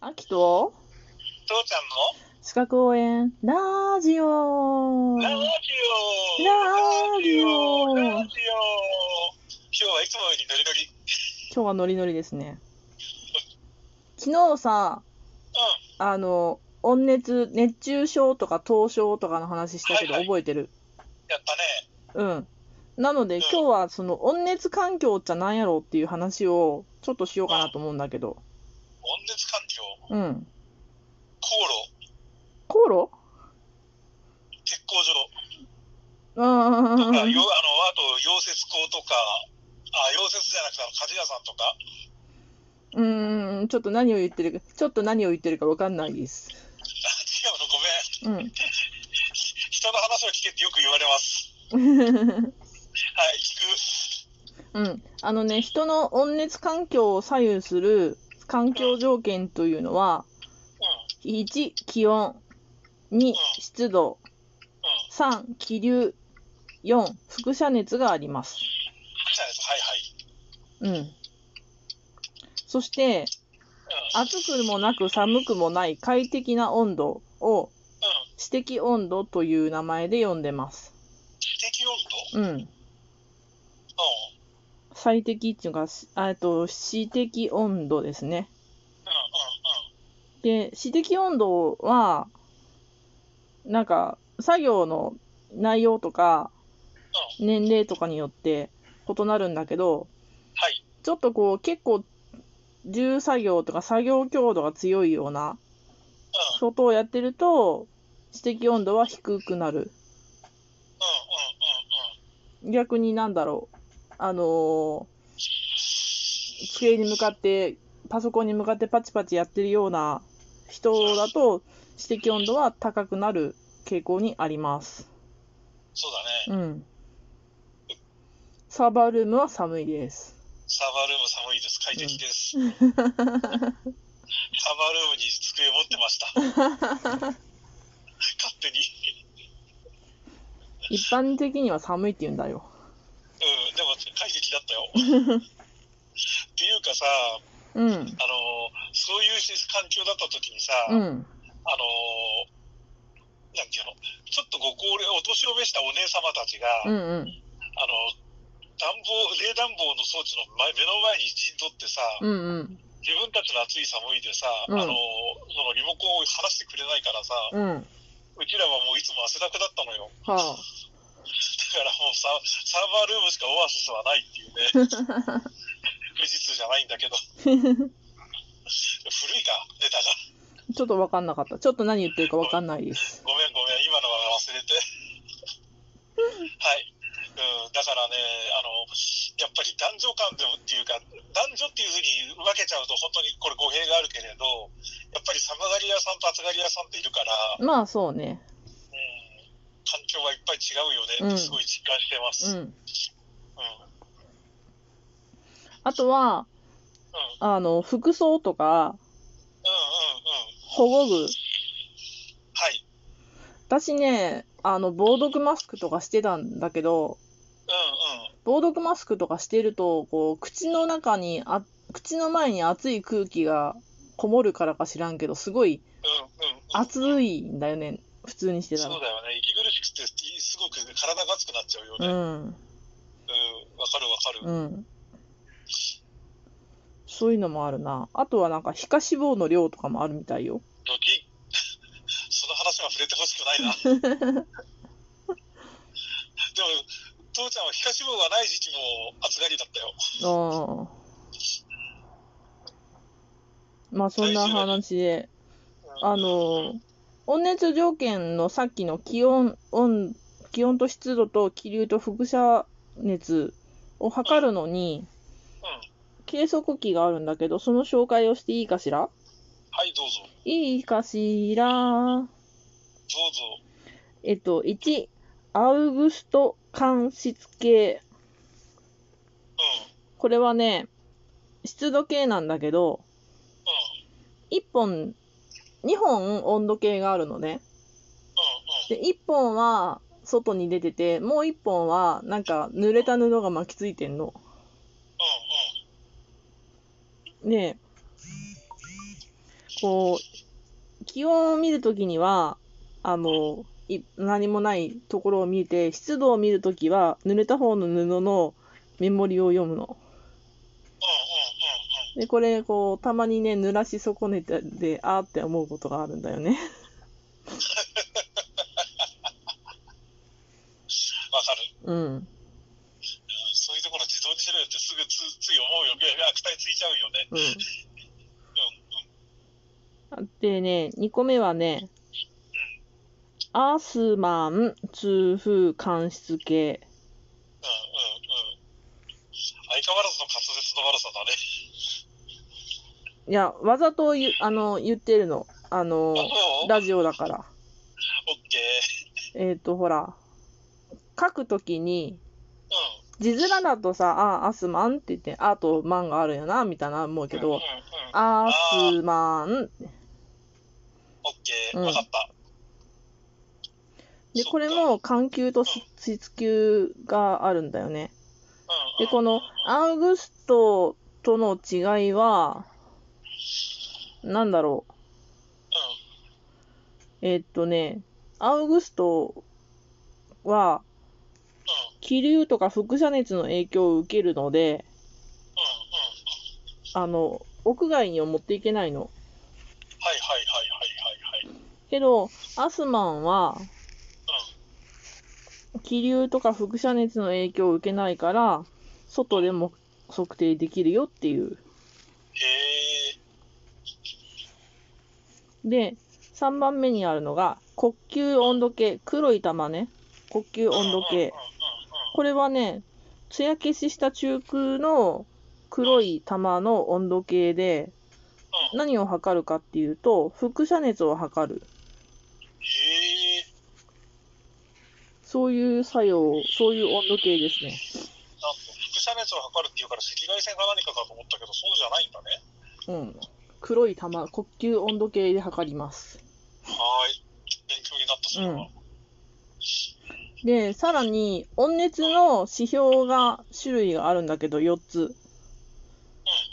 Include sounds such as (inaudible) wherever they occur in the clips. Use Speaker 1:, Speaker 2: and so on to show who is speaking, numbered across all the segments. Speaker 1: 秋と
Speaker 2: 父ちゃん
Speaker 1: 資格応援ラジオ
Speaker 2: (laughs) のラジオ
Speaker 1: ラジオ
Speaker 2: ラジオラジオ今日はいつもよりノリノリ。
Speaker 1: 今日はノリノリですね昨日さ
Speaker 2: う
Speaker 1: あの温熱熱中症とか凍傷とかの話したけど
Speaker 2: はいはい
Speaker 1: 覚えてる、
Speaker 2: ん。やったね。
Speaker 1: うんなので
Speaker 2: うん
Speaker 1: 今日はその温熱環境ってなんやろうっていう話をちょっとしようかなと思うんだけど
Speaker 2: 温熱環境、
Speaker 1: うん
Speaker 2: 航路、
Speaker 1: 航路
Speaker 2: 鉄工所
Speaker 1: うんうんうん
Speaker 2: とか、
Speaker 1: うん
Speaker 2: よあのあと溶接工とか、あ溶接じゃなくてあの鍛冶屋さんとか、 (laughs)
Speaker 1: うーんちょっと何を言ってるかちょっと何を言ってるかわかんないです
Speaker 2: あ違うのごめん。
Speaker 1: うん
Speaker 2: 人の話を聞けってよく言われます。はい、聞く。
Speaker 1: うん、あのね、人の温熱環境を左右する環境条件というのは、
Speaker 2: うん、
Speaker 1: 1、気温、2、湿度、
Speaker 2: うん。
Speaker 1: 3、気流、4、輻射熱があります。
Speaker 2: じゃあはいはい。
Speaker 1: うん。そして、
Speaker 2: うん。
Speaker 1: 暑くもなく寒くもない快適な温度を、
Speaker 2: うん。
Speaker 1: 私的温度という名前で呼んでます。
Speaker 2: 適温度
Speaker 1: うん。
Speaker 2: うん。
Speaker 1: 最適っていうか、しあえっと、私的温度ですね。
Speaker 2: うんうんうん。
Speaker 1: で、私的温度は、なんか、作業の内容とか、年齢とかによって異なるんだけど、
Speaker 2: はい。
Speaker 1: ちょっとこう、結構、重作業とか作業強度が強いような
Speaker 2: うん。
Speaker 1: ことをやってると、私的温度は低くなる。
Speaker 2: うんうんうんうん。
Speaker 1: 逆になんだろう、あのー机に向かって、パソコンに向かってパチパチやってるような人だと、指摘温度は高くなる傾向にあります。
Speaker 2: そうだね。
Speaker 1: うん。サーバールームは寒いです。
Speaker 2: サーバールーム寒いです。快適です。サーバールームに机持ってました。 (laughs) 勝手に。
Speaker 1: 一般的には寒いって言うんだよ。
Speaker 2: うん、でも快適だったよ。っていうかさ、あ
Speaker 1: うん。
Speaker 2: の、そういう環境だった時にさ、
Speaker 1: う
Speaker 2: あの、
Speaker 1: ん。
Speaker 2: なんていうの、ちょっとご高齢、お年を召したお姉様たちが、
Speaker 1: うん
Speaker 2: あの、
Speaker 1: うん。
Speaker 2: 暖房、冷暖房の装置の前目の前に陣取ってさ、
Speaker 1: うんうん。
Speaker 2: 自分たちの暑い寒いでさ、
Speaker 1: うん
Speaker 2: あの、そのリモコンを離してくれないからさ、
Speaker 1: うん。は
Speaker 2: うちらはもういつも汗だくだったのよ。
Speaker 1: あ。
Speaker 2: だからもうササーバールームしかオアシスはないっていう
Speaker 1: (laughs)
Speaker 2: ね。富士通じゃないんだけど。古いか、ネタが。
Speaker 1: ちょっとわかんなかった。ちょっと何言ってるかわかんないです。
Speaker 2: ごめんごめん、今のは忘れて。はい。うん、だからね、あの、やっぱり男女間でもっていうか、男女っていうふうに分けちゃうと本当にこれ語弊があるけれど、やっぱり寒がり屋さんと暑がり屋さんっているから、
Speaker 1: まあそうね。
Speaker 2: うん、環境はいっぱい違うよねってすごい実感してます。
Speaker 1: う
Speaker 2: うん。うん。
Speaker 1: ん。あとは、
Speaker 2: う
Speaker 1: あの、服装とか、
Speaker 2: んうんうん。
Speaker 1: 保護具。
Speaker 2: はい。
Speaker 1: 私ね、あの、防毒マスクとかしてたんだけど、
Speaker 2: うんうん。
Speaker 1: 防毒マスクとかしてると、こう、口の中にあ、口の前に熱い空気がこもるからか知らんけど、すごい
Speaker 2: うんうん、
Speaker 1: 熱いんだよね、普通にしてた
Speaker 2: そうだよね。息苦しくて、すごく体が熱くなっちゃうよね。うん、わ、
Speaker 1: ら。うん、
Speaker 2: かるわかる。うん、
Speaker 1: うん。そういうのもあるな。あとはなんか、皮下脂肪の量とかもあるみたいよ。
Speaker 2: ドキッその話は触れてほしくないな。でも、父ちゃんは皮下脂肪がない時期も暑がりだったよ。
Speaker 1: ああ。まあ、そんな話で。あのー、温熱条件のさっきの気温、温、気温と湿度と気流と輻射熱を測るのに、
Speaker 2: うん、うん。
Speaker 1: 計測器があるんだけど、その紹介をしていいかしら
Speaker 2: はい、どうぞ。
Speaker 1: いいかしら
Speaker 2: どうぞ。
Speaker 1: えっと、1、アウグスト間質計。
Speaker 2: うん、
Speaker 1: これはね、湿度計なんだけど、
Speaker 2: うん、
Speaker 1: 1本、2本温度計があるのね。
Speaker 2: うん、うん。
Speaker 1: で、一本は外に出てて、もう一本はなんか濡れた布が巻きついてんの。
Speaker 2: うんうん
Speaker 1: で、こう、気温を見るときには、あの、い何もないところを見て、湿度を見るときは、濡れた方の布のメモリを読むの。
Speaker 2: うん
Speaker 1: で、これ、こう、たまにね、濡らし損ねて、で、あーって思うことがあるんだよね。
Speaker 2: うん。わかる。
Speaker 1: うん。
Speaker 2: そういうところ自動にしろよってすぐつつい思うよ。いやいや悪態ついちゃうよね。
Speaker 1: う
Speaker 2: うんうん。
Speaker 1: ん。でね、2個目はね、アースマン痛風間質系。
Speaker 2: うんうんうん。相変わらずの滑舌の悪さだね。
Speaker 1: いや、わざとゆあの言ってるの。あの、
Speaker 2: そう
Speaker 1: ラジオだから。
Speaker 2: オッケー。
Speaker 1: えっ、と、ほら、書くときに、
Speaker 2: うん。
Speaker 1: 字面だとさ、あ、アスマンって言って、あとマンがあるよな、みたいな思うけ
Speaker 2: うんう
Speaker 1: ど
Speaker 2: ん、うん、
Speaker 1: アスマン。
Speaker 2: オッケー。
Speaker 1: うん
Speaker 2: わかった。
Speaker 1: で、これも、緩急と質球があるんだよね。で、この、アウグストとの違いは、なんだろう。
Speaker 2: う
Speaker 1: えっとね、アウグストは、気流とか輻射熱の影響を受けるので、
Speaker 2: んうんうんうんうんうん。
Speaker 1: あの、屋外には持っていけないの。
Speaker 2: はいはいはいはいはいはい。うん。
Speaker 1: けど、アスマンは、気流とか輻射熱の影響を受けないから、外でも測定できるよっていう。
Speaker 2: へえ。
Speaker 1: で、3番目にあるのが、呼吸温度計、黒い玉ね。呼吸温度計
Speaker 2: うんうんうんうん。。
Speaker 1: これはね、艶消しした中空の黒い玉の温度計で、
Speaker 2: うん
Speaker 1: 何を測るかっていうと、輻射熱を測る。
Speaker 2: へえ。
Speaker 1: そういう作用、そういう温度計ですね。
Speaker 2: なんと、輻射熱を測るっていうから赤外線が何かかと思ったけど、そうじゃないんだね。
Speaker 1: うん。黒い玉、呼吸温度計で測ります。
Speaker 2: はーい。勉強になった、それは。
Speaker 1: うん
Speaker 2: うん。うん。
Speaker 1: で、さらに、温熱の指標が、種類があるんだけど、4つ。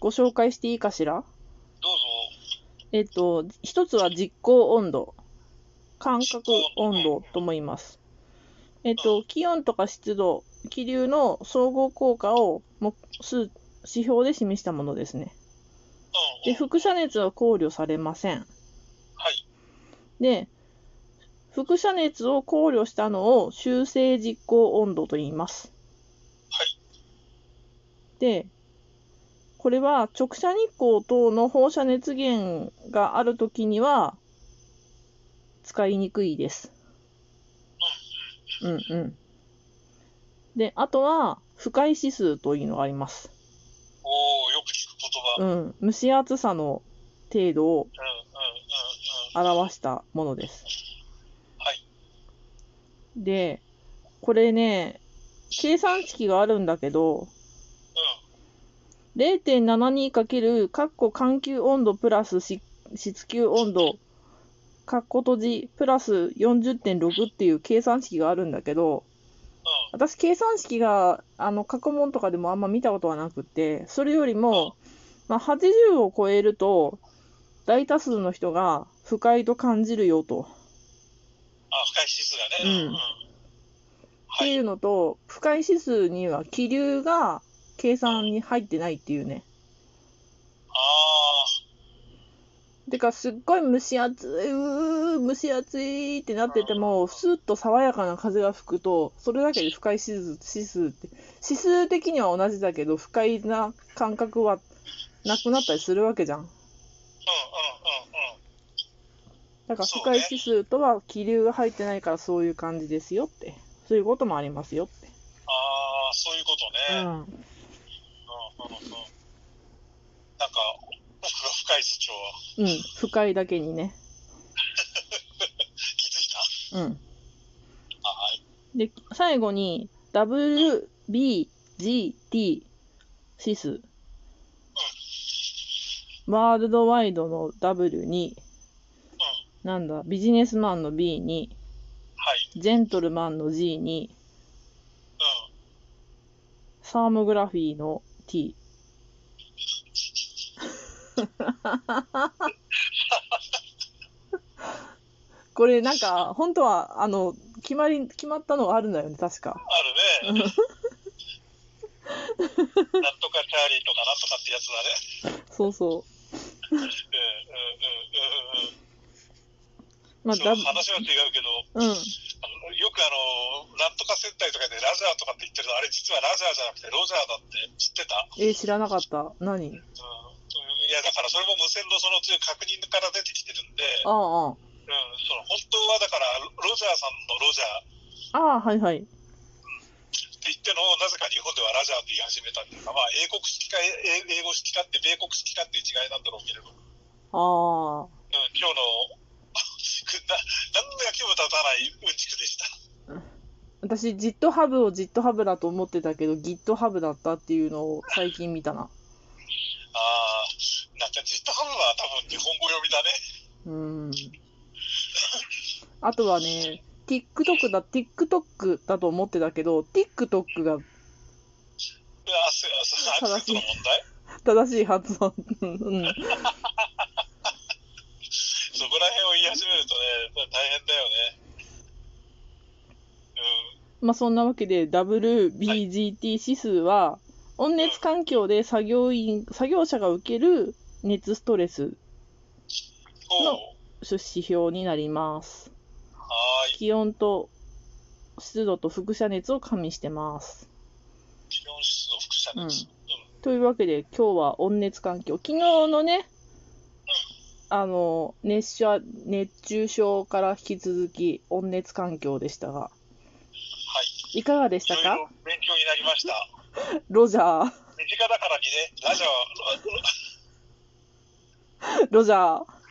Speaker 1: ご紹介していいかしら
Speaker 2: どうぞ。
Speaker 1: えっと、一つは実行温度、感覚温度と思います。えっと、気温とか湿度、気流の総合効果をも数指標で示したものですね。
Speaker 2: うん
Speaker 1: で、。
Speaker 2: うん。
Speaker 1: 輻射熱は考慮されません。
Speaker 2: はい。
Speaker 1: で、輻射熱を考慮したのを修正実行温度と言います。
Speaker 2: はい。
Speaker 1: で、これは直射日光等の放射熱源があるときには使いにくいです。うんうん。で、あとは不快指数というのがあります。
Speaker 2: おー、よく聞く言葉。うん。うん。うん。うん。
Speaker 1: うん。蒸し暑さの程度を表したものです。
Speaker 2: はい。
Speaker 1: で、これね、計算式があるんだけど、
Speaker 2: う
Speaker 1: 0.72× かっこ環球温度プラスし湿球温度かっこ閉じプラス40.6っていう計算式があるんだけど
Speaker 2: ん。うん。
Speaker 1: 私計算式があの過去問とかでもあんま見たことはなくてそれよりも、まあ、80を超えると大多数の人が不快と感じるよと。
Speaker 2: あ、深い指数がね。
Speaker 1: うんっ
Speaker 2: は
Speaker 1: て
Speaker 2: い。
Speaker 1: いうのと、不快指数には気流が計算に入ってないっていうね。
Speaker 2: あー。
Speaker 1: てか、すっごい蒸し暑い、うー蒸し暑いってなってても、スーッと爽やかな風が吹くと、それだけで不快指数指数って、指数的には同じだけど、不快な感覚はなくなったりするわけじゃん。
Speaker 2: うんうんうんうん。
Speaker 1: だから、
Speaker 2: そう
Speaker 1: 不
Speaker 2: ね
Speaker 1: 快指数とは気流が入ってないからそういう感じですよって。そういうこともありますよって。
Speaker 2: ああ、そういうこと
Speaker 1: う
Speaker 2: ね。うんうんうん
Speaker 1: ん。
Speaker 2: うん。なんか、僕が深い主張は
Speaker 1: うん。不快だけにね。
Speaker 2: 気づいた。
Speaker 1: うん。
Speaker 2: あはい。
Speaker 1: で、最後に WBGT 指数。ワールドワイドの W に、
Speaker 2: うん。
Speaker 1: なんだ、ビジネスマンの B に、
Speaker 2: はい。
Speaker 1: ジェントルマンの G に、
Speaker 2: うん。
Speaker 1: サーモグラフィー
Speaker 2: (laughs)
Speaker 1: の T。これなんか、本当は、あの、決まり、決まったのがあるんだよね、確か。
Speaker 2: あ (laughs) るね。なんとかチャーリーとかなんとかってやつだね。
Speaker 1: そうそ
Speaker 2: うんうんうんうんうん
Speaker 1: う。まあ、
Speaker 2: そう
Speaker 1: だ、
Speaker 2: 話は違うけど、
Speaker 1: うん。
Speaker 2: あのよくあの、なんとか接待とかでラジャーとかって言ってるの、あれ実はラジャーじゃなくてロジャーだって知ってた、うん、
Speaker 1: えー知らなかった。何
Speaker 2: いや、だからそれも無線のそのうち確認から出てきてるんで、
Speaker 1: ああ、ああ。
Speaker 2: うん、その本当はだからロジャーさんのロジャー
Speaker 1: ああ、はいはい。
Speaker 2: って言ってのをなぜか日本ではラジャーと言い始めたっていうか、まあ、英国式か英英語式かって米国式かっていう違いなんだろうけれど、うん、
Speaker 1: ああ。
Speaker 2: 今日の、な何の役にも立たないうんちくでした。
Speaker 1: 私、GitHub を GitHub だと思ってたけど、GitHub だったっていうのを最近見たな。
Speaker 2: ああ、なんか GitHub は多分日本語読みだね。
Speaker 1: うん。あとはね、TikTok だ、TikTok だと思ってたけど、TikTok が
Speaker 2: あ、そうや、そうアクセントの問題
Speaker 1: 正しい発音。うん。
Speaker 2: そこら辺を言い始めるとね、大変だよね。うん、
Speaker 1: まあそんなわけで WBGT 指数は、温熱環境で作業員、作業者が受ける熱ストレス
Speaker 2: ほう、
Speaker 1: 指標になります。
Speaker 2: はーい、
Speaker 1: 気温と湿度と輻射熱を加味してます。
Speaker 2: 気温湿度副射熱。うん、
Speaker 1: というわけで今日は温熱環境。昨日のね、あの、熱射、熱中症から引き続き温熱環境でしたが、
Speaker 2: はい、
Speaker 1: いかがでし
Speaker 2: い
Speaker 1: た
Speaker 2: ろい
Speaker 1: か
Speaker 2: ろ勉強になりました。
Speaker 1: ロジャー、 (laughs)
Speaker 2: 身近だからにね、ラジャー、
Speaker 1: ロジャー。